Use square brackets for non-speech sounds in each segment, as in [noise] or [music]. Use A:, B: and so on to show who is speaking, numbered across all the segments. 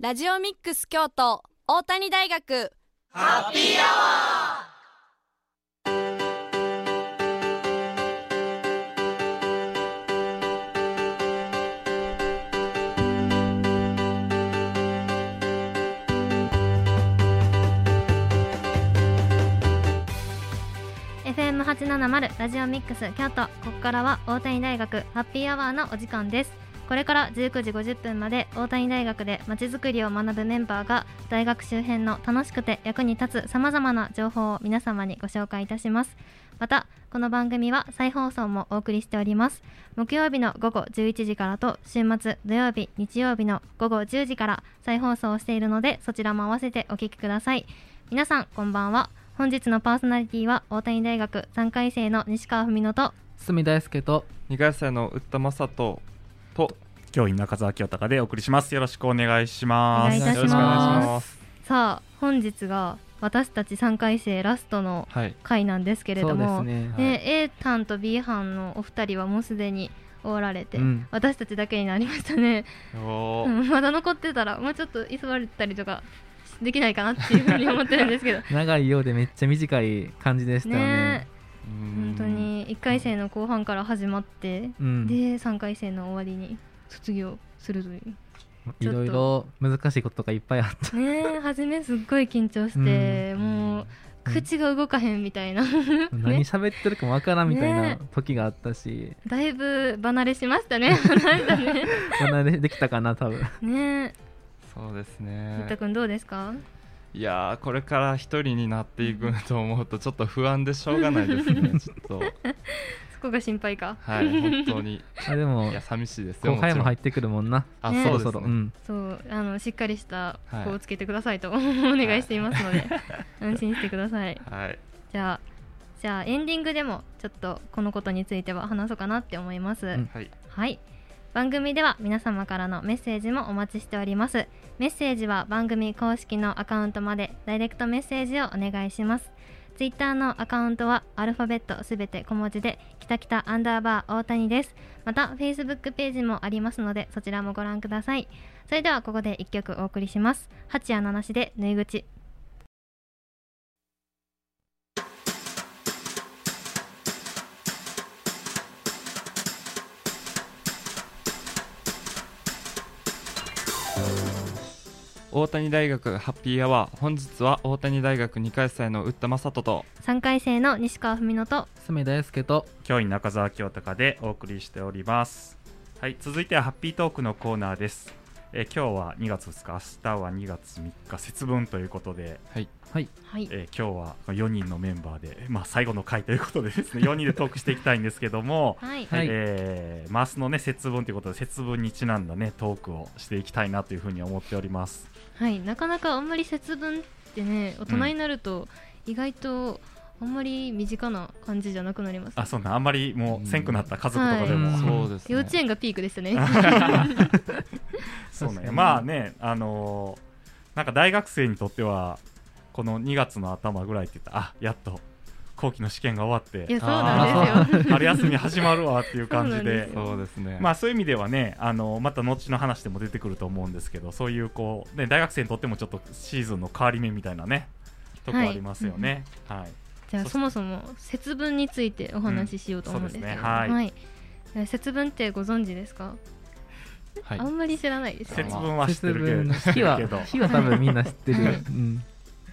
A: ラジオミックス京都大谷大学
B: ハッピーアワー
C: ラジオミックス京都ここからは大谷大学ハッピーアワーのお時間ですこれから19時50分まで大谷大学でまちづくりを学ぶメンバーが大学周辺の楽しくて役に立つさまざまな情報を皆様にご紹介いたしますまたこの番組は再放送もお送りしております木曜日の午後11時からと週末土曜日日曜日の午後10時から再放送をしているのでそちらも合わせてお聞きください皆さんこんばんは本日のパーソナリティは大谷大学3回生の西川文乃と
D: 住大輔と
E: 二回生の宇多正人と
F: 教員中澤清隆でお送りしますよろしくお願いしま
C: お
F: す
C: 願いいたします
E: よろくお願いします
C: さあ本日が私たち3回生ラストの
E: はい
C: 回なんですけれ
D: そ
C: ど
D: うです
C: も、
D: ね
E: はい
C: ね A 班と B 班のお二人はもうすでに終わられて、
D: うん
C: 私たちだけになりましたね、
E: お
C: う
E: ー
C: んまだ残ってたらもうちょっと居座れたりとかできないかなっていうふうに思ってるんですけど
D: 長いよ [laughs] うでめっちゃ短い感じでしたよ
C: ね
D: ね
C: 本当に1回生の後半から始まって、
D: うん
C: で3回生の終わりに卒業するという
D: いろいろ難しいことがいっぱいあった
C: ねえ初めすっごい緊張して、
D: う
C: もう口が動かへんみたいな、
D: 何
C: ね、
D: 喋ってるかもわからんみたいな
C: ね
D: 時があったし、
C: だいぶ離れしましたねなんかね
D: 離れできたかな多分
C: ね
E: そうです
C: えゆった
E: ね
C: くんどうですか
E: いやーこれから一人になっていくと思うとちょっと不安でしょうがないです
C: [laughs]
E: ねちょっと
C: そこが心配か
E: はい本
C: [laughs]
E: 当に
D: あでも
E: いや寂しいですよ
D: 後輩も入
E: 入
D: ってくるもんな
E: あ
C: ね
E: そう
D: そ
E: で
D: ろそ
E: すね
D: ろ、うん、
C: そうあのしっかりした
E: はい
C: 子をつけてくださいと、お願いしていますので、安心してください
E: はい
C: じゃあじゃあエンディングでもちょっとこのことについては話そうかなって思います、
D: ん
E: はい
C: はい番組では皆様からのメッセージもお待ちしておりますメッセージは番組公式のアカウントまでダイレクトメッセージをお願いしますツイッターのアカウントはアルファベットすべて小文字できたきたアンダーバー大谷ですまた Facebook ページもありますのでそちらもご覧くださいそれではここで一曲お送りします八谷七しで縫い口
E: 大谷大学ハッピーアワー本日は大谷大学二回生の宇多正人と
C: 3回生の西川文乃と
D: 住大輔と
F: 教員中澤清隆でお送りしておりますはい続いてはハッピートークのコーナーですえー今日は2月2日明日は2月3日節分ということで、
D: はい
C: はい
F: えー今日は4人のメンバーで、まあ、最後の回ということでですね4人
C: [laughs]
F: でトークしていきたいんですけども、
C: はい
D: はい
F: えーマスのね節分ということで節分にちなんだねトークをしていきたいなというふうに思っております
C: はい、なかなかあんまり節分ってね大人になると意外とあんまり身近な感じじゃなくなります、
F: あそんなあんまりもうせんくなった家族とかでも、
C: うんはい
E: そうですね
C: 幼稚園がピークでした
F: [laughs]
C: ね
F: そう
D: 確
F: ね
D: かに
F: まあねあのーなんか大学生にとってはこの2月の頭ぐらいって言ったらあやっと後期の試験が終わっ
C: いや
F: て
C: そうなん
F: [laughs]
C: ですよ
F: 春休み始まるわっていう感じ
C: [laughs] そうなんで
F: です
C: よ
E: そうですね
F: まあそういう意味ではね、あのまた後の話でも出てくると思うんですけど、そういうこう、ね、大学生にとってもちょっとシーズンの変わり目みたいなね、とこ
C: はい
F: ありますよね。はい、
C: じゃあ
F: そして
C: そもそも節分についてお話ししようと思うんですけど、
F: うんそうですねはい
C: 節分ってご存知ですか、
E: はい
C: あんまり知らないですよ
F: 節
C: ね
F: 分は知って
D: 節
F: るけ
D: 分
F: ど
D: の日は
F: けど
D: 日は多分みんな知って
C: [laughs]
D: る、
C: はい
D: うん、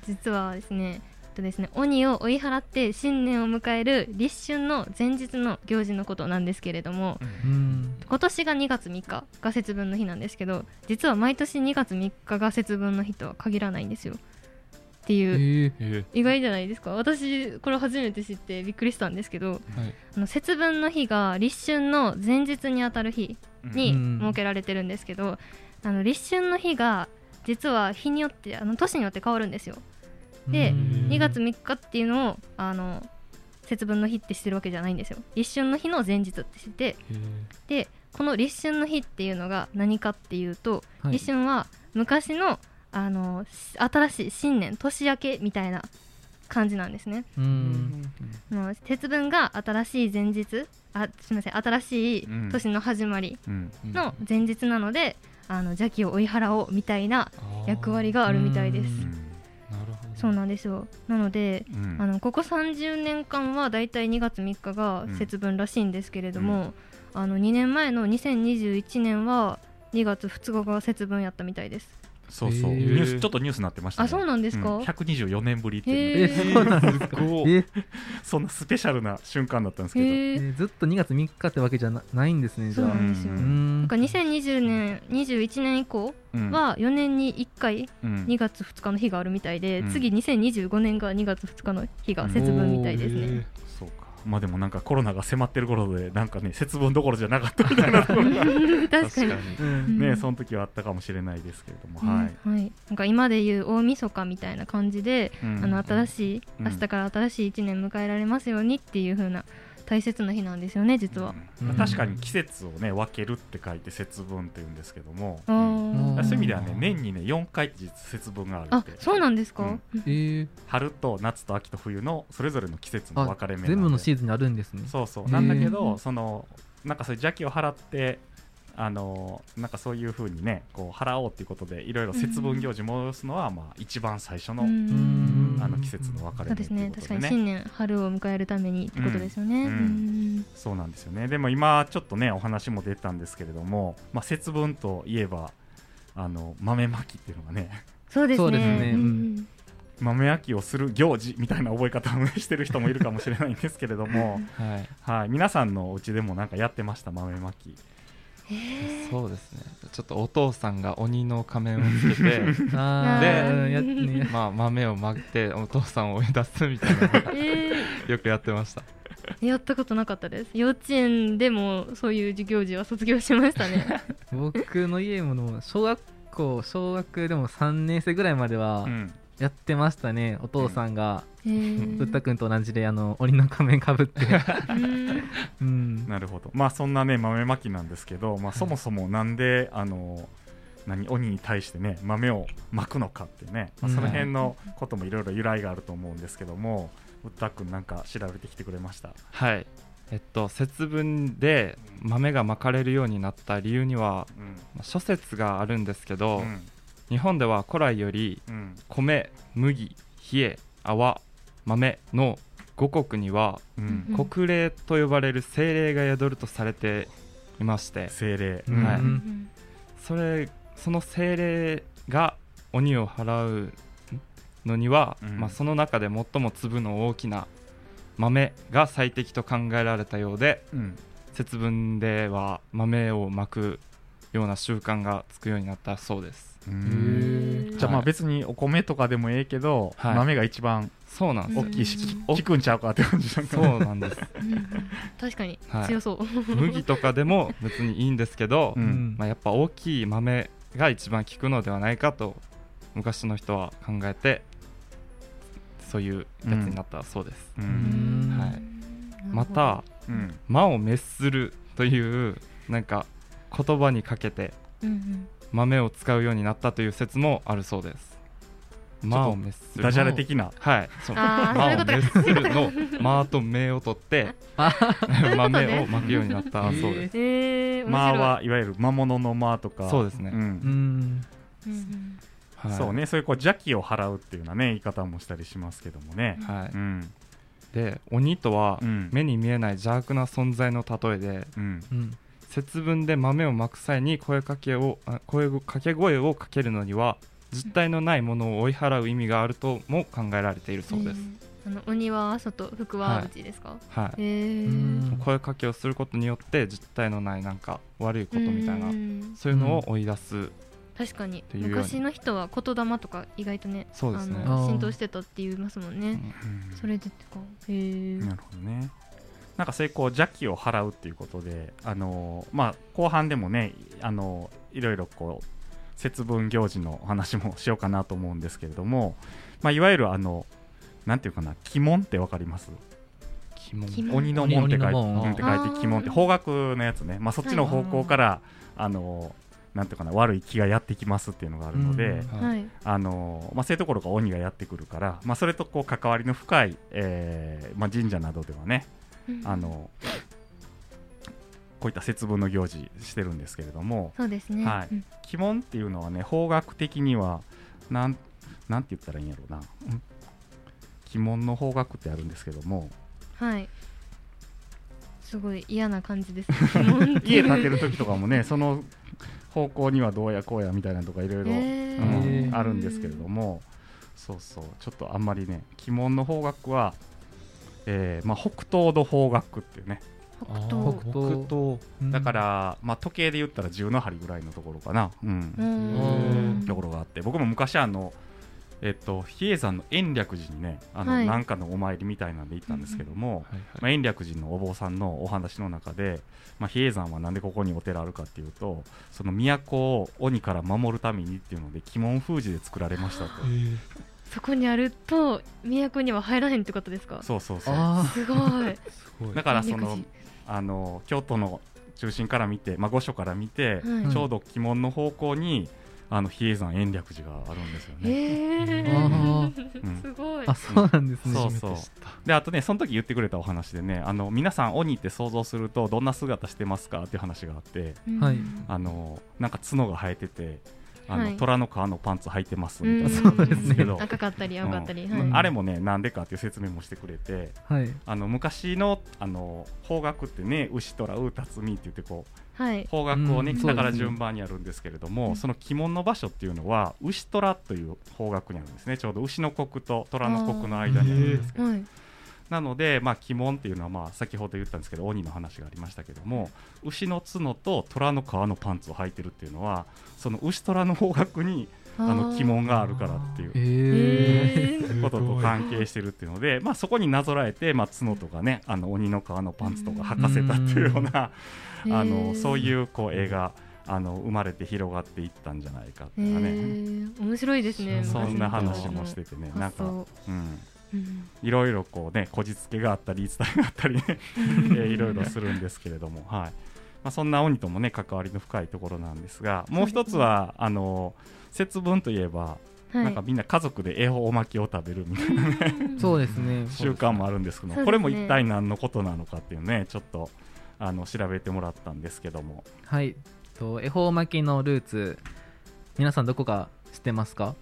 C: 実はですねえっとですね鬼を追い払って新年を迎える立春の前日の行事のことなんですけれども、
D: うん、
C: 今年が2月3日が節分の日なんですけど実は毎年2月3日が節分の日とは限らないんですよって
D: え
C: いう
D: ー
E: え
C: 意外じゃないですか私これ初めて知ってびっくりしたんですけど
E: ーはい
C: あの節分の日が立春の前日にあたる日に
D: うん
C: 設けられてるんですけど、あの立春の日が実は日によってあの年によって変わるんですよで
D: うん
C: 2月3日っていうのをあの節分の日ってしてるわけじゃないんですよ立春の日の前日ってしてて
E: えー
C: でこの立春の日っていうのが何かっていうと、
D: はい
C: 立春は昔のあのし新しい新年年明けみたいな感じなんですね。
D: うん
C: もう節分が新しい前日あすみません新しい年の始まり
F: うん
E: うん
C: の前日なので、あの邪気を追い払おうみたいな役割があるみたいです
E: うんなる
C: そうなんですよなので、
F: うん
C: あのここ30年間はだいたい2月3日が節分らしいんですけれども、あの2年前の2021年は2月2日が節分やったみたいです
F: そうそう、
D: へー
F: ニュースちょっとニュースになってましたね
C: あそうなんですか
F: うん124年ぶりっていう
C: へ
D: えそうなんですか
E: ほど
D: え
F: そんなスペシャルな瞬間だったんですけど、
C: へえ
D: えずっと2月3日ってわけじゃなないんですねじ
C: そ
D: ゃ
C: う
D: あ
C: なんですよ、
F: う
D: うー
C: なん
D: ん
C: か2020年21年以降
F: うん
C: は4年に1回
F: うん
C: 2月2日の日があるみたいで、
F: うん
C: 次2025年が2月2日の日が節分みたいですね、
F: そうかまあでもなんかコロナが迫ってる頃でなんかね節分どころじゃなかったみたいなところが
C: [laughs] 確かに
D: うん
F: ね、
C: うん
F: その時はあったかもしれないですけれども、
C: うん
F: はい、
C: はい、なんか今でいう大晦日みたいな感じで、
F: うん
C: あの新しい、
F: うん
C: 明日から新しい1年迎えられますようにっていう風な大切な日なんですよね実は、
F: うん
D: うん
F: 確かに季節をね分けるって書いて節分って言うんですけども、
C: あー
D: うん
F: そういう意味ではね年にね4回実は節分がある
C: あ
F: って
C: そうなんですか、
F: うん
D: えー
F: 春と夏と秋と冬のそれぞれの季節の分
D: あ
F: かれ目なんで
D: 全部のシーズンにあるんですね
F: そうそ
D: へ
F: う
D: ー
F: なんだけ
C: う
F: ど
C: ん
F: そのなんかそういう邪気を払ってあのなんかそういうふうにねこう払おうっていうことでいろいろ節分行事戻すのはまあ一番最初の、
C: うん
D: ん
F: あの季節の分かれ
C: そう
F: 目
C: です
F: とい
C: ね
F: うこと
C: 確か
F: で
C: に新年春を迎えるためにってことですよね、
F: うん
C: うん
F: そうなんですよねでも今ちょっとねお話も出たんですけれども、まあ、節分といえばあの豆まきっていうのがね
C: そうですね
D: そうですねうん
C: うん
F: 豆まきをする行事みたいな覚え方をしてる人もいるかもしれないんですけれ
C: [laughs]
F: ども、
E: はい
F: はい、皆さんのお家でもなんかやってました豆まき
E: そうですねちょっとお父さんが鬼の仮面をつけて
D: あ
E: で
D: ーうんや [laughs] ね
E: まあ豆をまってお父さんを追い出すみたいなの
C: え
E: よくやってました
C: ーやったことなかったです幼稚園でもそういう授業時は卒業しましたね
D: 僕の家もの小学校小学でも3年生ぐらいまでは
F: うん
D: やってましたね、お父さんが
C: えー
D: ぶったくんと同じであの鬼の仮面かぶ
F: [laughs]
D: って、
C: うん
D: うん、
F: なるほどまあそんなね豆まきなんですけど、まあ、そもそもなんで、あの何鬼に対してね豆をまくのかってね、まあ、
D: うん
F: その辺のこともいろいろ由来があると思うんですけども、うったくんなんか調べてきてくれました
E: はいえっと節分で豆がまかれるようになった理由には
F: うん
E: まあ諸説があるんですけど、
F: うん
E: 日本では古来より
F: うん
E: 米麦冷え泡豆の五穀には
F: うん
C: うん
E: 国霊と呼ばれる精霊が宿るとされていまして
F: 精霊
D: うん
E: はい
C: うん
E: それその精霊が鬼を払うのには、
F: うん
E: まあ、その中で最も粒の大きな豆が最適と考えられたようで
F: うん
E: 節分では豆をまくような習慣がつくようになったそうです
F: うんじゃあまあ別にお米とかでもええけど、
E: はい
F: 豆が一番
E: そうなんです
F: 大
E: よ
F: きいし
C: うん
F: 効くんちゃうかって感じなんか
E: そうなんです
C: 確かに
E: はい
C: 強そう、
E: 麦とかでも別にいいんですけど、
F: うん
E: まあ、やっぱ大きい豆が一番効くのではないかと昔の人は考えてそういうやつになったそうです、
F: う
D: うんん
E: は
C: な
E: い
C: るほど
E: また
F: うん
E: 魔を滅するというなんか言葉にかけて
C: うんうん
E: [laughs] 豆を使うようになったという説もあるそうです魔を滅する
F: ダジャレ的な
E: はいそう
C: あー
E: 魔を
C: そう
E: 滅する
C: [laughs]
E: の魔と名を取って
D: あ
E: 豆を巻くようになったそうです、
D: え
C: えー、面白い
F: 「まあ」はいわゆる魔物の魔とか
E: そうですね、
F: うん
D: ーうん
C: うんうん
E: はい、
F: そうね、そういうこう邪気を払うっていうようなね言い方もしたりしますけどもね。
E: はい
F: うん、
E: で鬼とは
F: うん
E: 目に見えない邪悪な存在の例えで
F: うん、
D: うん
E: 節分で豆をまく際に声かけをあ声を掛け声をかけるのには実体のないものを追い払う意味があるとも考えられているそうです、
C: えーあの鬼は外福は内ですか、
E: は
C: え
E: い、
D: うん
E: 声かけをすることによって実体のないなんか悪いことみたいなそういうのを追い出す
C: 確かに
E: というように
C: 昔の人は言霊とか意外とね
E: そうですね
C: あの
D: あー
C: 浸透してたって言いますもんねそれでってかへー
F: なるほどね。なんかそういうこう邪気を払うっていうことで、あのーまあ後半でもね、あのーいろいろこう節分行事のお話もしようかなと思うんですけれども、まあいわゆるあのなんていうかな鬼門ってわかります？
E: 鬼門
C: 鬼門
F: 鬼の門って書いて
D: 鬼の門
F: うんって書いて
C: あー
F: 鬼門って方角のやつね。まあそっちの方向からあのーなんていうかな悪い気がやってきますっていうのがあるので。
D: うん
E: は
C: はいい、
F: あのまあ、そういうところが鬼がやってくるから、まあ、それとこう関わりの深い、えーまあ、神社などではね、あのこういった節分の行事してるんですけれども
C: そうですね、
F: は
C: う
F: い
C: ん
F: 鬼門っていうのはね方角的にはなんなんて言ったらいいんやろうな、うん鬼門の方角ってあるんですけども
C: はいすごい嫌な感じ
E: [laughs]
C: ですねもう本当に
F: 家建てる時とかもねその方向にはどうやこうやみたいなのとかいろいろ
C: へ
F: う
C: ー
F: んあるんですけれどもそうそうちょっとあんまりね鬼門の方角は、えーまあ、北東の方角っていうね
C: 北
D: あ
C: 東
D: ー北東うん
F: だから、まあ、時計で言ったら10の針ぐらいのところかな、うん
C: うー
D: うん
F: ところがあって僕も昔あのえっと、比叡山の延暦寺にねあの、
C: はい
F: なんかのお参りみたいなんで行ったんですけども、
D: はい
F: まあ、延暦寺のお坊さんのお話の中で、まあ、比叡山はなんでここにお寺あるかっていうとその都を鬼から守るためにっていうので鬼門封じで作られましたと
D: はいへー
C: そこにあると都には入らへんってことですか
F: そうそうそう
D: あ
C: すごい
D: あすごい
F: だからその
C: 延暦
F: あの京都の中心から見て、まあ、御所から見て、
C: はい
F: ちょうど鬼門の方向にあの比叡山延暦寺があるんですよね。
C: え
D: あ
C: ー、
F: うん
C: すごい
D: あそうなんですね
F: そうそうであとねその時言ってくれたお話でねあの皆さん鬼って想像するとどんな姿してますかっていう話があって
C: うん
D: はい
F: あのなんか角が生えててあの、
C: はい
F: 虎の皮のパンツ履いてます
C: うん
F: みたいな
D: そうですね
F: けど
C: 赤かったり
F: うん
C: 青かったり、
F: ま
C: はい
F: ああれもねなんでかっていう説明もしてくれて
D: はい
F: あの昔のあの方角ってね牛虎うたつみって言ってこう
C: はい
F: 方角をね、
D: うん
F: 北から
D: そうですね
F: 順番にあるんですけれども、
C: うん
F: その鬼門の場所っていうのは牛虎という方角にあるんですねちょうど牛の国と虎の国の間にあるんですけど
C: はい
F: なので、まあ、鬼門っていうのは、まあ、先ほど言ったんですけど鬼の話がありましたけども牛の角と虎の皮のパンツを履いてるっていうのはその牛虎の方角にあの鬼門があるからっていう
C: え
D: へえ
C: ー
F: ことと関係してるっていうので、まあ、そこになぞらえて、まあ、角とかねあの鬼の皮のパンツとか履かせたっていうような
C: うん
F: [laughs] あ
C: へ
F: の
C: ー
F: そういうこう絵があの生まれて広がっていったんじゃないかっていうか
C: へ
F: ね、
C: ー面白いですね
F: そんな
C: 昔の
F: 話もしててねなん
C: 発
F: か、
C: 想
F: うん、
C: うん
F: いろいろこうねこじつけがあったり言い伝えがあった
C: [laughs]
F: りねえーいろいろするんですけれども、はいまあ、そんな鬼ともね関わりの深いところなんですがもう一つはあの節分といえば、
C: はい
F: なんかみんな家族で恵方巻きを食べるみたい
C: [laughs]
F: な、ね
D: そうですね
F: 習慣もあるんですけど
C: そうですね
F: これも一体何のことなのかっていうねちょっとあの調べてもらったんですけども
D: はいと恵方巻きのルーツ皆さんどこか知ってますか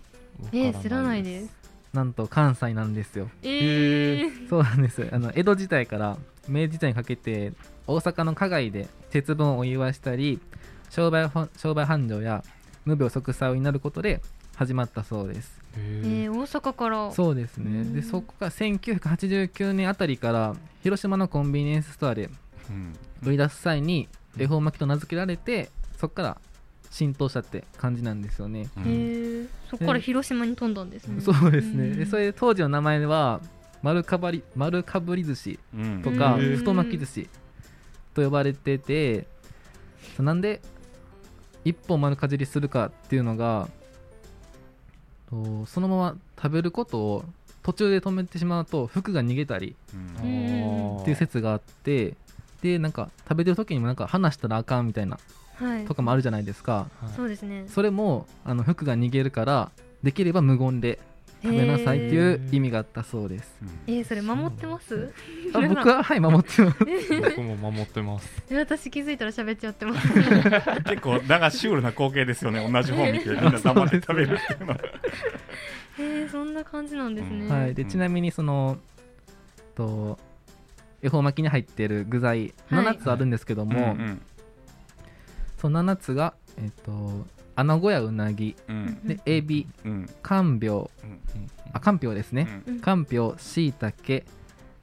C: えー、知らないです
D: なんと関西なんですよ
C: えー
D: そうなんですあの江戸時代から明治時代にかけて大阪の花街で節分をお祝いしたり商売ほ商売繁盛や無病息災を祈ることで始まったそうです
C: えー、大阪から
D: そうです
C: う
D: ね
C: ん
D: でそこが1989年あたりから広島のコンビニエンスストアで
F: うん
D: 売り出す際に恵方巻きと名付けられてそこから浸透したって感じなんですよね
F: う
C: へ
F: ん
C: ーそこから広島に飛んだんですね
D: そうですね、
C: うん
D: でそれで当時の名前は丸かばり丸かぶり寿司
F: うん
D: とか、
C: うん
D: 太巻き寿司と呼ばれててそうなんで一本丸かじりするかっていうのがとそのまま食べることを途中で止めてしまうと服が逃げたり
F: うん
C: うん
D: っていう説があってでなんか食べてる時にもなんか離したらあかんみたいな
C: はい
D: とかもあるじゃないですか
C: そうですね
D: それもあの服が逃げるからできれば無言で食べなさいって
C: う
D: いう意味があったそうです
F: うん
C: えー、それ守って
D: [laughs]
C: ます
D: あ僕ははい守ってます
E: 僕も守ってます
C: え私気づいたら喋っちゃって
D: [laughs]
C: ます
F: 結構だがシュールな光景ですよね同じ本見てみんな黙って食べるっていうのは
C: えー、そんな感じなんですね、
F: うん
D: はい、で
F: うん
D: ちなみにそのと恵方巻きに入っている具材
C: はい
D: 7つあるんですけども、
F: うん
D: その7つが、えっと穴子やうなぎ
F: うん
D: でエビ
F: うん
D: かんびょう
F: うん
D: あかんぴょうですね、
C: うん
D: かんぴょうしいたけ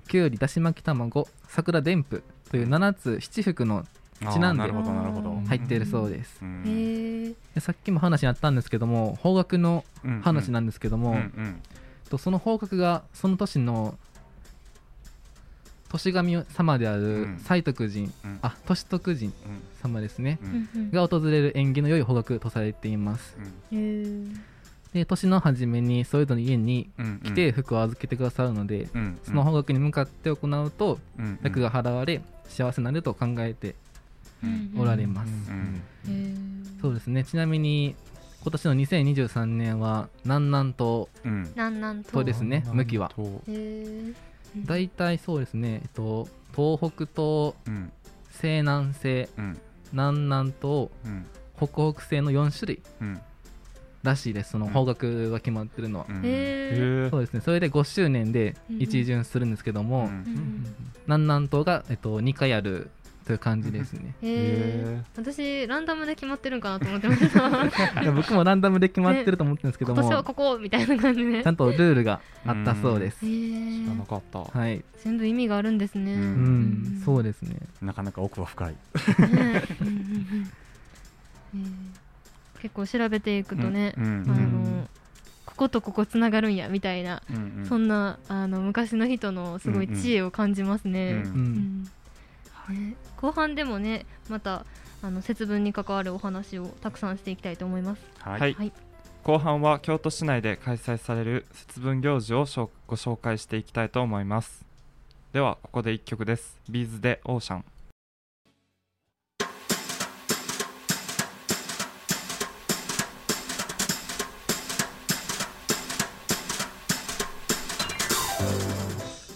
D: きゅうりだし巻き卵桜でんぷという7つ七福の
F: あー
D: ちなんで
F: なるほどなるほど
D: 入っているそうです、
F: う
C: え
F: ん
C: ー、
D: でさっきも話にあったんですけども方角の
F: うん
D: 話なんですけども、
F: うんうん
D: とその方角がその年の年神様であ
F: う
D: る
F: ん
D: 斎徳神、
F: うん
D: あ歳徳神
F: うん
D: 様ですね
F: う
C: うんんうん
D: が訪れる縁起の良い方角とされています
C: えー
D: で年の初めにそれぞれの家に
F: うん
D: 来て福を預けてくださるので、
F: うん
D: その方角に向かって行うと
F: うん
D: 厄が払われ幸せになると考えて
F: うん
D: おられます、
F: うん
C: えー
D: そうですねちなみに今年の2023年は南南東
F: うん
C: なんなんと
D: そうですね向きは
C: えー、
D: 大体そうですね、えっと、東北と
F: うん
D: 西南西
F: うん
D: 南南と
F: うん
D: 北北西の4種類
F: うん
D: らしいですその方角が決まってるのは、
F: うん
C: へえ
E: へえ
D: そうですねそれで5周年で一巡するんですけど
F: う
D: も、
F: ん
D: 南南東が、えっと、2回あるという感じですね、
C: へえ私ランダムで決まってるんかなと思ってました
D: いや僕もランダムで決まってると思ってるん [laughs] ですけど
C: 今
D: も、
C: 年はここみたいな感じで
D: ちゃんとルールがあったそうです、
C: へ
E: 知らな
C: え
E: かった
D: はい
C: 全部意味があるんですね、
F: う
D: うんん、そうですね
F: なかなか奥は深い
C: ねうんうんうんえー結構調べていくとね、
F: うん
C: あ
D: う
C: の
D: ん
C: こことここつながるんやみたいな、
F: うんうん
C: そんなあの昔の人のすごい知恵を感じます
F: う
C: ね。
D: うんん、
C: うんね後半でもねまたあの節分に関わるお話をたくさんしていきたいと思います。
F: はい
E: はい
C: はい
E: 後半は京都市内で開催される節分行事をしょうご紹介していきたいと思いますではここで1曲ですビーズでオーシャン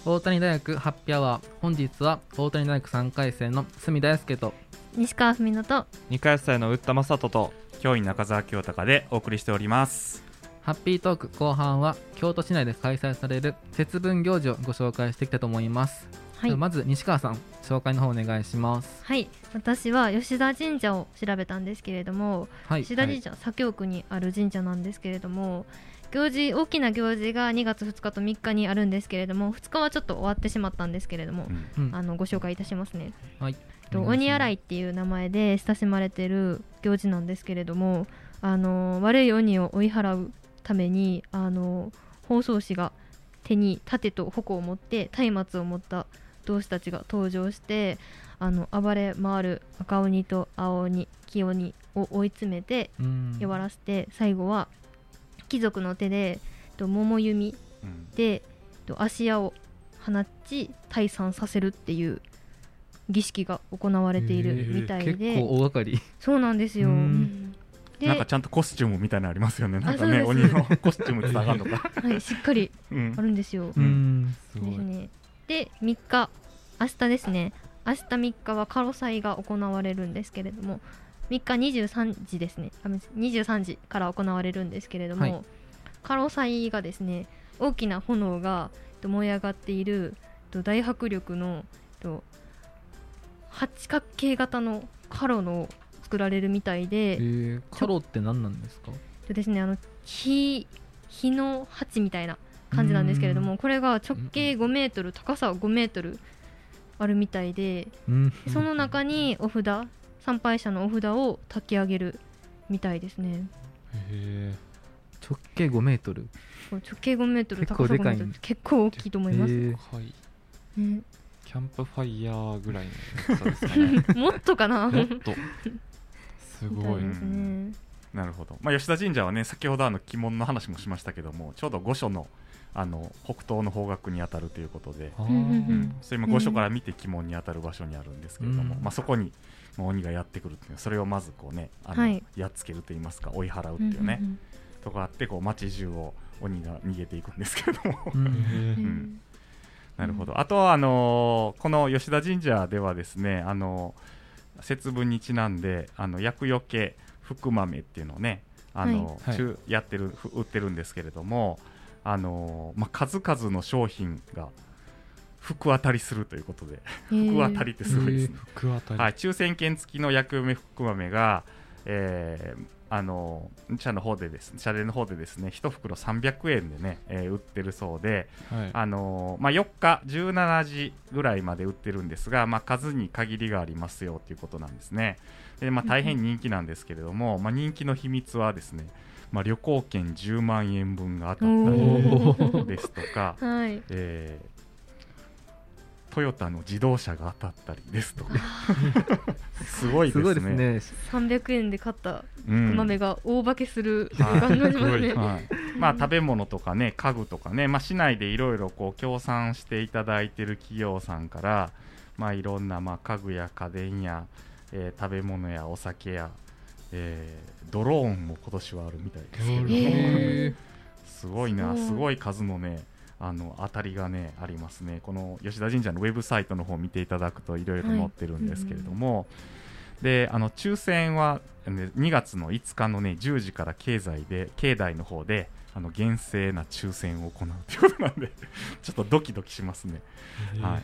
D: 大谷大学ハッピーアワー本日は大谷大学3回生の隅田介と
C: 西川文乃と
E: 2回生の打った正人と
F: 教員中澤清隆でお送りしております
D: ハッピートーク後半は京都市内で開催される節分行事をご紹介していきたいと思います、
C: はい
D: ではまず西川さん紹介の方お願いします
C: はい私は吉田神社を調べたんですけれども、
D: はい
C: 石田神社、左京区にある神社なんですけれども行事大きな行事が2月2日と3日にあるんですけれども2日はちょっと終わってしまったんですけれども、
F: うん
D: [laughs] うん
C: あのご紹介いたしますね。
D: はい
C: と鬼洗いっていう名前で親しまれてる行事なんですけれどもあの悪い鬼を追い払うためにあの包装紙が手に盾と矛を持って松明を持った同志たちが登場してあの暴れ回る赤鬼と青鬼黄鬼を追い詰めて
D: うん
C: 弱らせて最後は貴族の手でと桃弓
F: うん
C: でと足矢を放ち退散させるっていう儀式が行われているみたい
D: 結
C: で、
D: 構大掛かり
C: そうなんですよ。
D: うん
C: うんで、
F: なんか
C: は
F: ちゃんとコスチュームみたいなのありますよねなんか
C: あ
F: ね
C: そう
F: 鬼
C: です
F: のコスチュームってあかんのか
C: い、しっかり
F: うん
C: あるんですよ。
D: うん
E: す
C: ですね。で3日明日ですね明日3日はカロ祭が行われるんですけれども3日23時ですねあ23時から行われるんですけれども、
D: はい
C: カロ祭がですね大きな炎がえっと燃え上がっているえっと大迫力のえっと八角形型のカロの作られるみたいで、
D: えー、カロって何なんですか
C: そうですねあの火火の鉢みたいな感じなんですけれどもこれが直径5メートル高さ5メートルあるみたいで
D: うん
C: その中にお札参拝者のお札を炊き上げるみたいですね
E: へ
D: 直径5メートル
C: こう直径5メートル
D: 結
C: 高
D: 構
C: さ5メ
D: でかい
C: ートル結構大きいと思います、
E: え
D: え
E: はい
C: ね
E: キャンプファイヤーぐらいの大きさですか
C: [laughs]
E: ね
C: もっとか
F: [laughs]
C: な
E: もっとす
C: みた
E: ごい
C: いですね
F: なるほど、まあ、吉田神社はね先ほどあの鬼門の話もしましたけどもちょうど御所のあの北東の方角にあたるということで、
E: あー
C: うんうんう
F: うんん、それも御所から見て鬼門にあたる場所にあるんですけれども、
D: うん
F: まあ、そこに、まあ、鬼がやってくるっていうそれをまずこうねあの、
C: はい
F: やっつけるといいますか追い払うっていうね、
C: うん
F: とかあってこう街中を鬼が逃げていくんですけれども、
D: う
E: へ
D: ん
C: うんうん
E: ー
F: うんなるほどあとはあのーこの吉田神社ではですね、あのー節分にちなんであの厄除け福豆っていうのをね、あのー
E: はい
F: 中やってるふ売ってるんですけれども、あのーまあ、数々の商品が福当たりするということで、
C: へ
F: 福
C: ー
F: 当たりってすごいですね。
E: 福当たり
F: はい、抽選券付きの薬梅福豆が、えーあの社の方でですね社殿の方でですね1袋300円でね、えー売ってるそうで、
E: はい
F: あのまあ、4日17時ぐらいまで売ってるんですが、まあ、数に限りがありますよということなんですねで、まあ、大変人気なんですけれども、まあ、人気の秘密はですね、まあ、旅行券10万円分が当たった
C: お
F: りですとか、
C: はい
F: えートヨタの自動車が当たったりですとか [laughs] すごいです
D: す
F: ね
D: ごいですね
C: 300円で買った
F: うん
C: 豆が大化けする
F: はい
C: 感じがしますね、 [laughs]
F: はい、まあ食べ物とかね家具とかね、まあ、市内でいろいろこう協賛していただいてる企業さんから、まあ、いろんなまあ家具や家電や、えー食べ物やお酒や、えードローンも今年はあるみたいですけど、
C: へー
F: すごい
C: す
F: な
C: ごい
F: すごい数のねあの当たりがねありますねこの吉田神社のウェブサイトの方を見ていただくといろいろ載ってるんですけれども、であの抽選はね2月の5日のね10時から経済で境内の方であの厳正な抽選を行うということなんでちょっとドキドキしますね。はい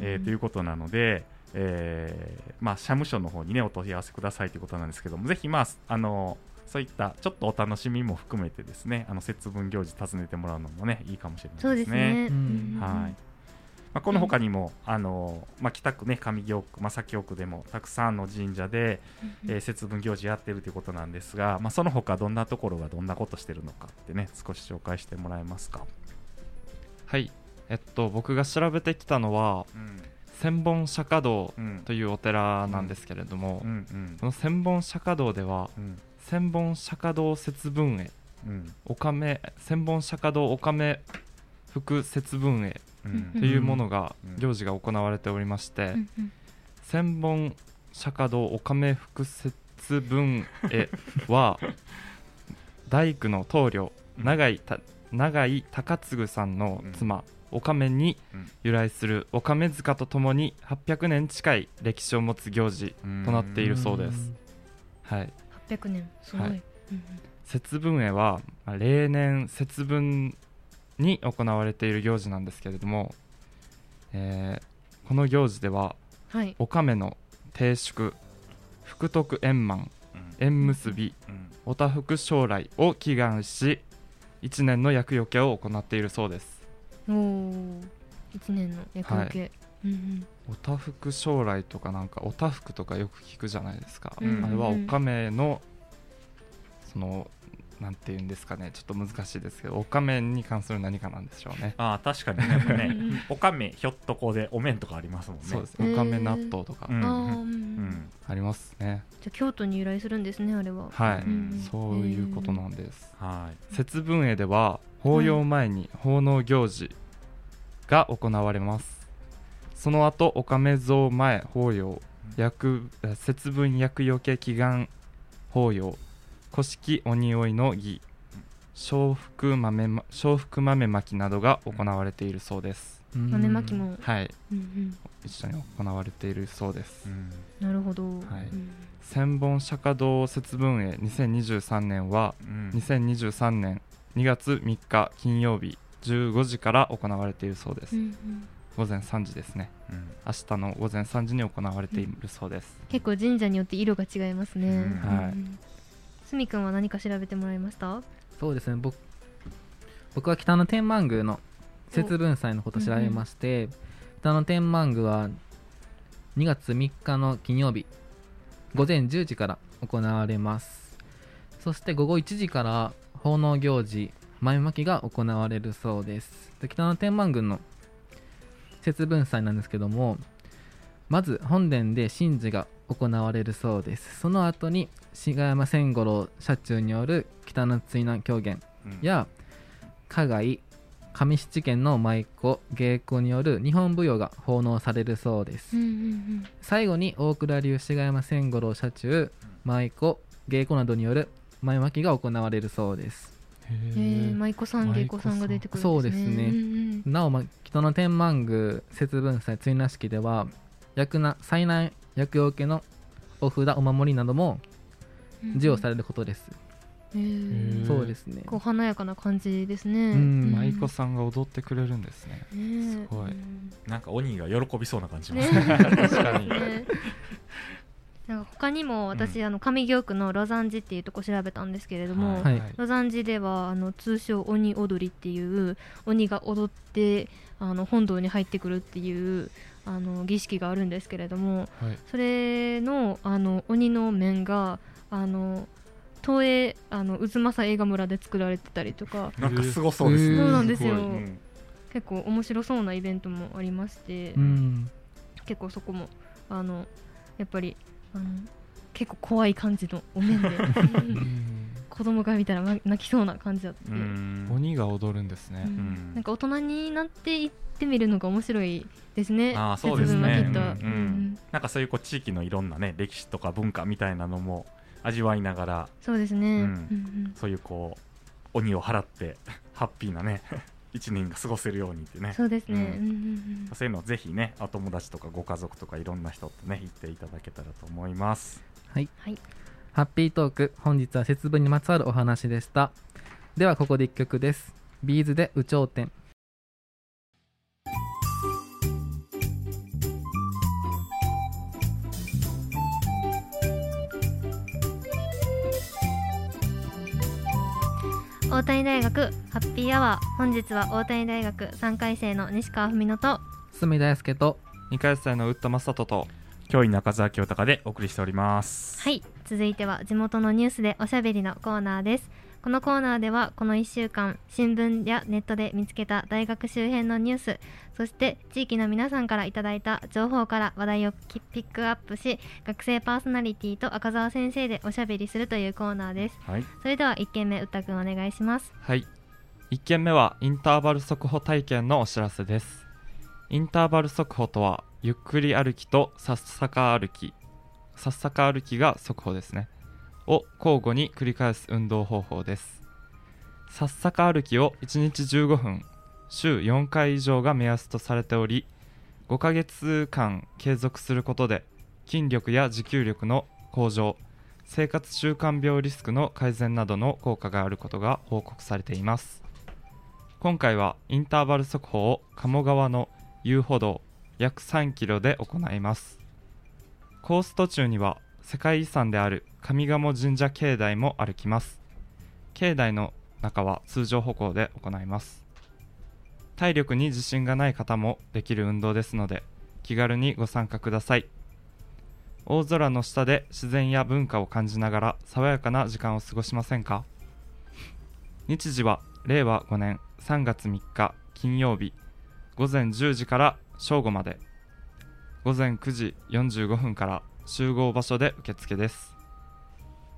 F: えーということなので、えーまあ、社務所の方にねお問い合わせくださいということなんですけどもぜひ、まあ、あのそういったちょっとお楽しみも含めてですねあの節分行事訪ねてもらうのもねいいかもしれ
C: そ
F: な
C: う
F: いで
C: ですすね。
F: ね。
D: うん
F: はいまあ、この他にも、あのまあ、北区ね上京区、まあ、左京区でもたくさんの神社で、えー節分行事やってるということなんですが、まあ、その他どんなところがどんなことしてるのかってね少し紹介してもらえますか。
E: はいえっと僕が調べてきたのは
F: うん
E: 千本釈迦堂
F: うん
E: というお寺なんですけれども、
F: うんうん
E: この千本釈迦堂では
F: うん
E: 千本釈迦堂節分会
F: うん
E: おかめ千本釈迦堂おかめ福節分会
F: うん
E: というものが、
F: うん
E: 行事が行われておりまして、
C: うんうん
E: 千本釈迦堂おかめ福節分会は [laughs] 大工の棟梁永井た永井高次さんの妻、おかめに
F: うん
E: 由来するおかめ塚とともに800年近い歴史を持つ行事
F: うん
E: となっているそうです。はい
C: 800年すごい。
E: は
C: う
E: い
C: んうん
E: 節分会はまあ例年節分に行われている行事なんですけれども、えーこの行事では
C: はい。
E: おかめの定祝福徳円満
F: うん
E: 縁結び
F: うん
E: おたふく将来を祈願し1年の厄除けを行っているそうです
C: おお。一年の役受け。うんうん
E: おたふく将来とかなんかおたふくとかよく聞くじゃないですか、
C: うん
E: あれはおかめのそのなんて言うんですかねちょっと難しいですけどおかめに関する何かなんでしょうね
F: ああ確かにねもう
C: うんうん
F: ねおかめひょっとこでお面とかありますもんね。
E: そうです
C: へー
E: おかめ納豆とか
F: うん
C: ああ、う。
F: うんん
E: ありますね、
C: じゃあ京都に由来するんですねあれは。
E: はい、
C: うん
E: そういうことなんです
F: はい
E: 節分会では法要前に奉納行事が行われますその後おかめ像前法要薬え節分厄除け祈願法要古式鬼追いの儀小福豆ま小福豆まきなどが行われているそうです
C: 豆まきも。
E: はい
C: うん
E: 一緒に行われているそうです、
F: うん
C: うん。なるほど。
E: はい
C: うん
E: 千本釈迦堂節分会2023年は
F: うん
E: 2023年2月3日金曜日15時から行われているそうで
C: う
E: す、
C: んうん
E: 午前3時ですね
F: うん
E: 明日の午前3時に行われているそうです、
C: 結構神社によって色が違いますね。
F: うん
E: はい
C: い。すみくんは何か調べてもらいました？
D: そうですね僕僕は北の天満宮の節分祭のことを調べまして、北の天満宮は2月3日の金曜日午前10時から行われますそして午後1時から奉納行事前巻きが行われるそうですで北の天満宮の節分祭なんですけどもまず本殿で神事が行われるそうですその後に志賀山千五郎社中による北の追南狂言
F: うん
D: や加害上七軒の舞妓芸妓による日本舞踊が奉納されるそうです、
C: んうん
D: 最後に大倉流志賀山千五郎社中舞妓芸妓などによる前巻きが行われるそうです
C: うん。ええ舞妓さん芸妓さんが出てくるん
D: そうですね
C: うんうん
D: なお、ま、北の天満宮節分祭追儺式では厄な災難厄除けのお札お守りなども
C: うん
D: 授与されることです、
C: へー
E: うん
D: そうですね
C: こう華やかな感じですね。
D: うん
E: 舞妓さんが踊ってくれるんですね
C: ねえ
E: すごい
C: うん
F: なんか鬼が喜びそうな感じしま
C: ね
F: すね。
E: [laughs] 確かに
C: ねなんか他にも私、あの上京区の羅山寺っていうとこ調べたんですけれども、
D: はい
C: ロザン寺ではあの通称鬼踊りっていう鬼が踊ってあの本堂に入ってくるっていうあの儀式があるんですけれども
E: はい
C: それのあの鬼の面があの東映あの渦政映画村で作られてたりとか
F: なんかすごそうですね。
D: うんそうなん
C: ですよ
F: ごいうん
C: 結構面白そうなイベントもありまして、
D: うん
C: 結構そこもあのやっぱりあの結構怖い感じのお面
F: [laughs]
C: で子供が見たらま泣きそうな感じだって。
F: うん
E: 鬼が踊るんですね、
F: ん
C: なんか大人になっていってみるのが面白いですね。
F: あーそうですね
C: 節分はきっと
F: うん
C: う
F: うん
C: ん
F: なんかそういうこう地域のいろんなね歴史とか文化みたいなのも味わいながら
C: そうですね。
F: うん
C: うんうん
F: そういうこう鬼を払ってハッピーなね [laughs] 一年が過ごせるようにってね
C: そうですね、うんんうん
F: そういうのをぜひねお友達とかご家族とかいろんな人とね言っていただけたらと思います
D: はい、
C: はい
D: ハッピートーク本日は節分にまつわるお話でしたではここで1曲ですビーズで「有頂天」
C: うん大谷大学ハッピーアワー本日は大谷大学3回生の西川文乃と
D: 隅田康介と
E: 2回生の打った正人と
F: 今日中澤清隆でお送りしております
C: はい続いては地元のニュースでおしゃべりのコーナーですこのコーナーではこの1週間新聞やネットで見つけた大学周辺のニュースそして地域の皆さんからいただいた情報から話題をきピックアップし学生パーソナリティと赤澤先生でおしゃべりするというコーナーです
F: はい
C: それでは1件目うったくんお願いします
E: はい1件目はインターバル速歩体験のお知らせですインターバル速歩とはゆっくり歩きとさっさか歩きさっさか歩きが速歩ですねを交互に繰り返す運動方法ですさっさか歩きを1日15分週4回以上が目安とされており5ヶ月間継続することで筋力や持久力の向上生活習慣病リスクの改善などの効果があることが報告されています今回はインターバル速報を鴨川の遊歩道約3キロで行いますコース途中には世界遺産である上鴨神社境内も歩きます境内の中は通常歩行で行います体力に自信がない方もできる運動ですので気軽にご参加ください大空の下で自然や文化を感じながら爽やかな時間を過ごしませんか日時は令和5年3月3日金曜日午前10時から正午まで午前9時45分から集合場所で受付です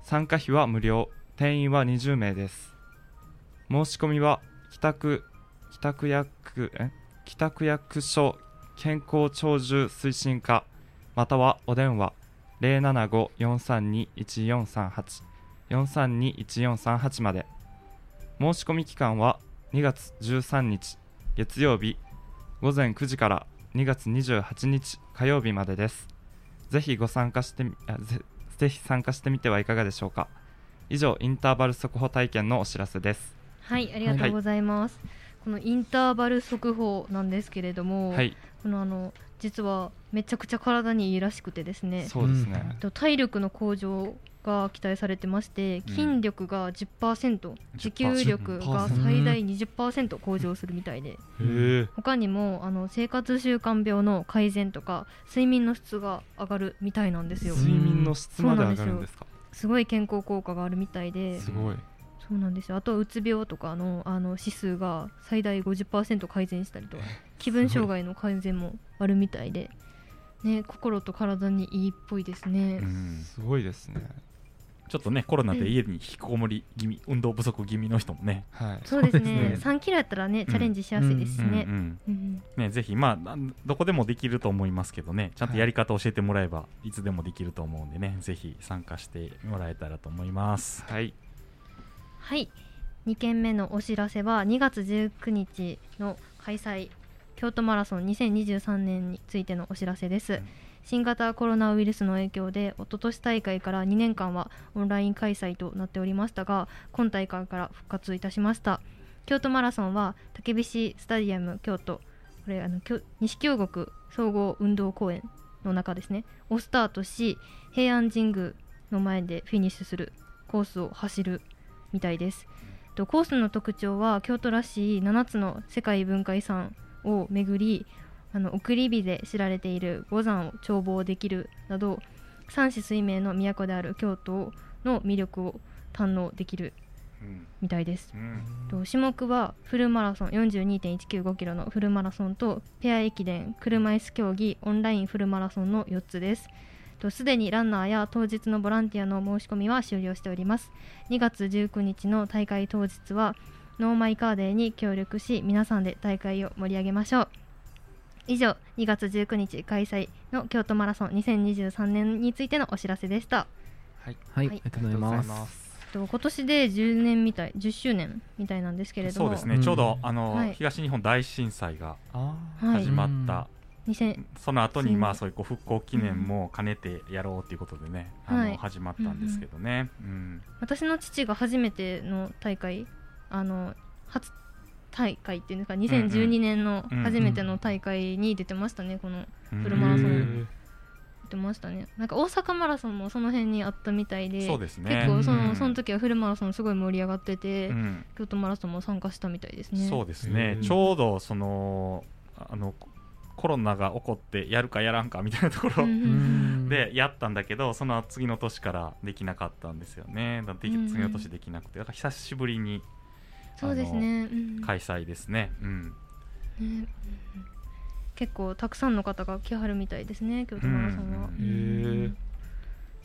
E: 参加費は無料定員は20名です申し込みは北区北区役え北区役所健康長寿推進課またはお電話075-432-1438 432-1438まで申し込み期間は2月13日月曜日午前9時から2月28日火曜日までですぜひご参加してみあぜぜひ参加してみてはいかがでしょうか以上インターバル速報体験のお知らせです
C: はいありがとうございます、このインターバル速報なんですけれども、
E: はい
C: このあの実はめちゃくちゃ体にいいらしくてですね
E: そうですね
C: えっと体力の向上が期待されてまして
F: うん
C: 筋力が10%、持久力が最大20%向上するみたいで
E: へー
C: 他にもあの生活習慣病の改善とか睡眠の質が上がるみたいなんですよ
E: 睡眠の質まで上がるんですか
C: すごい健康効果があるみたいです
E: ごい
C: そうなんですよあとうつ病とかのあの指数が最大50%改善したりとか気分障害の改善もあるみたいで、ね、心と体にいいっぽいですね。
F: うん
E: すごいですね
F: ちょっとねコロナで家に引きこもり気味、運動不足気味の人もね
E: はい
C: そうです
F: そう
C: ね
F: です
C: 3キロやったらねチャレンジしやすいですしね
F: うんうん
C: うんうん
F: ね、ぜひ、まあなん、どこでもできると思いますけどね、ちゃんとやり方教えてもらえば、い、つでもできると思うんでね、ぜひ参加してもらえたらと思います。
E: はい
C: はい2件目のお知らせは2月19日の開催京都マラソン2023年についてのお知らせです、
F: うん
C: 新型コロナウイルスの影響で一昨年大会から2年間はオンライン開催となっておりましたが今大会から復活いたしました京都マラソンは竹菱スタジアム京都これあのきょ西京極総合運動公園の中ですねをスタートし平安神宮の前でフィニッシュするコースを走るみたいです。とコースの特徴は京都らしい7つの世界文化遺産を巡りあの送り火で知られている五山を眺望できるなど三子水明の都である京都の魅力を堪能できるみたいです。と種目はフルマラソン42.195キロのフルマラソンとペア駅伝車椅子競技オンラインフルマラソンの4つですとすでにランナーや当日のボランティアの申し込みは終了しております2月19日の大会当日はノーマイカーデーに協力し皆さんで大会を盛り上げましょう以上2月19日開催の京都マラソン2023年についてのお知らせでした
E: はい
D: はい、
C: はい
D: ありがとうございます
E: す
C: と今年で10年みたい10周年みたいなんですけれど
F: そ
C: も
F: うですね、
D: うん
F: ちょうどあの、
C: はい
F: 東日本大震災が
E: あ
C: は
F: 始
C: い、
F: まった、
C: 2000
F: その後
C: そ
F: に
C: う
F: まあそういうこう復興記念も兼ねてやろうということでね、あ
C: は
F: の
C: い
F: 始まったんですけどね、うん
C: 私の父が初めての大会あの初大会っていうんですか
F: うんう
C: 2012年の
F: うんうん
C: 初めての大会に出てましたねこの
F: うん
C: フルマラソン
D: へ
E: ー
C: 出てましたねなんか大阪マラソンもその辺にあったみたいで
F: そうですね
C: 結構そ
F: うん
C: のその時はフルマラソンすごい盛り上がってて、
F: うん
C: 京都マラソンも参加したみたいですね
F: そうですね、
E: うん
F: ちょうどそのあのコロナが起こってやるかやらんかみたいなところ、
C: うんうんうん
F: でやったんだけどその次の年からできなかったんですよねだって
C: うんうん
F: 次の年できなくてだから久しぶりに
C: そうですね、うん
F: 開催ですね、うん
C: ねうんうん結構たくさんの方が来はるみたいですね京都マラソンは、
F: うん
E: へ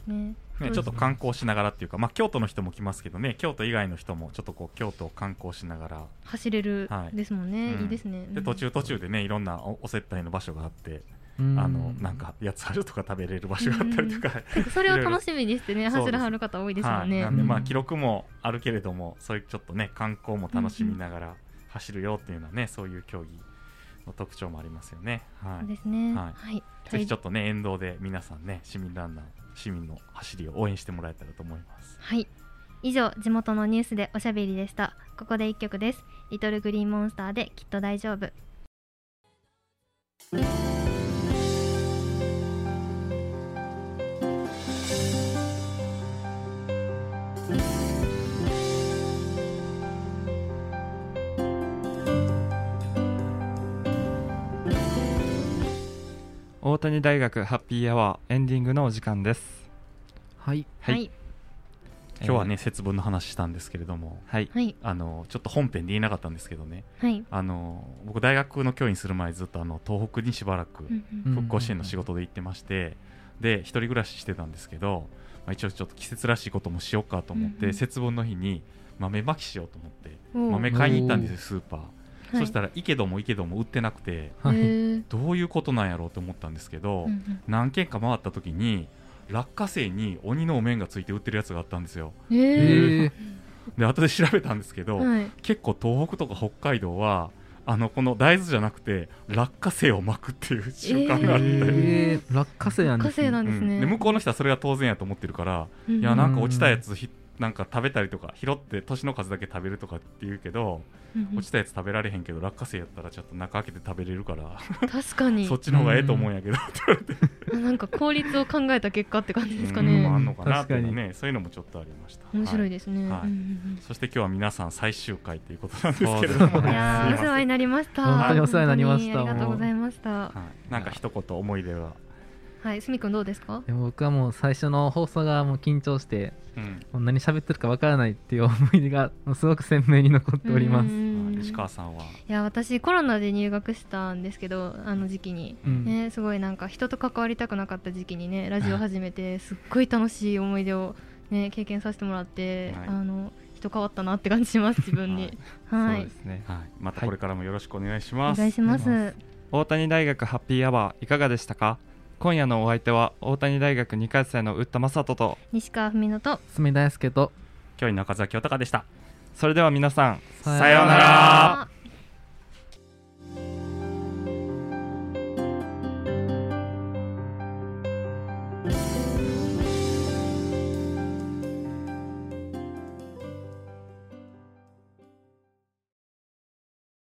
E: え
C: ね
F: ね、ちょっと観光しながらっていうか、まあ、京都の人も来ますけどね京都以外の人もちょっとこう京都を観光しながら
C: 走れる
F: はい
C: ですもんね、
F: うん
C: いいですねう
F: で
C: ん
F: 途中途中でねいろんなおお接待の場所があって、
D: うん
F: あのなんかやつあるとか食べれる場所があったりとか、
C: 結構それを楽しみにしてね
F: いろいろ
C: 走らはる方多いですも
F: は
C: ん
F: い、
C: ね、
F: なんで
D: うん
F: まあ記録もあるけれどもそういうちょっとね観光も楽しみながら走るよっていうのはねそういう競技の特徴もありますよね。は
C: そう
F: い
C: ですね
F: は
C: はいい、
F: ぜひちょっとね沿道で皆さんね市民ランナー市民の走りを応援してもらえたらと思います。
C: はい以上地元のニュースでおしゃべりでしたここで一曲ですリトルグリーンモンスターできっと大丈夫
E: 大谷大学ハッピーアワーエンディングのお時間です
D: はい
E: はい
F: 今日はね、節分の話したんですけれども
E: はい
C: はい
F: あのちょっと本編で言えなかったんですけどね
C: はい、
F: あの僕大学の教員する前ずっとあの東北にしばら
C: う
F: く
C: んう
D: うん
C: ん
F: 復興支援の仕事で行ってまして、で一人暮らししてたんですけど、まあ、一応ちょっと季節らしいこともしようかと思って、
C: うんうん
F: 節分の日に豆まきしようと思って
C: おう
F: 豆買いに行ったんですよスーパー、
C: はい
F: そしたらいけどもいけども売ってなくて
D: は
C: へ
D: い
C: ー
F: どういうことなんやろうと思ったんですけど、
C: うんうん
F: 何軒か回った時に落花生に鬼のお面がついて売ってるやつがあったんですよ
C: へ
D: えー
F: で後で調べたんですけど、
C: ーはい
F: 結構東北とか北海道はあのこの大豆じゃなくて落花生をまくっていう習慣があって、
C: えー
D: えー落花生なんで
C: 火
D: す
C: 星
D: ね
C: なんですね、
F: うんで向こうの人はそれが当然やと思ってるから、
C: うんうん
F: いやなんか落ちたやつひなんか食べたりとか拾って年の数だけ食べるとかって言うけど、
C: うんうん
F: 落ちたやつ食べられへんけど落花生やったらちょっと中開けて食べれるから、
C: 確かに
F: そっちの方がええと思うんやけどって言われて
C: あなんか効率を考えた結果って感じですか
F: うん
C: ね、
F: のもあんのかなっ
D: 確
F: て
D: か
F: い
D: に
F: うねそういうのもちょっとありました
C: 面白い
F: で
C: ですね、
F: はい
C: うんうん
F: そして今日は皆さん最終回ということなんですけれども
E: そう
C: うんいや
E: ですすいま
C: ー
E: せ
C: お
E: ん
C: 世話になりました
D: 本当にお世話になりました
C: 本当にありがとうございました
F: はい、なんか一言思い出は、
C: はい、すみくんどうですか
D: でも僕はもう最初の放送がもう緊張して
F: うん
D: もう何喋ってるかわからないっていう思い出がもうすごく鮮明に残っております
C: う。ん
F: 石川さんはい
C: や私コロナで入学したんですけどあの時期に、
D: うん
C: ね、すごいなんか人と関わりたくなかった時期にねラジオ始めてすっごい楽しい思い出を、ね、経験させてもらって、
F: はい
C: あの人変わったなって感じします自分にはい、
E: そうですね
F: はい、またこれからもよろしくお願いしま
C: お
F: す。
C: 願いします
D: お願い
E: 大谷大学ハッピーアワーいかがでしたか今夜のお相手は大谷大学2回生の打田正人と
C: 西川文乃と
D: 住大輔と
F: 今日中澤清隆でした。
E: それでは皆さん
F: さようなら
C: あー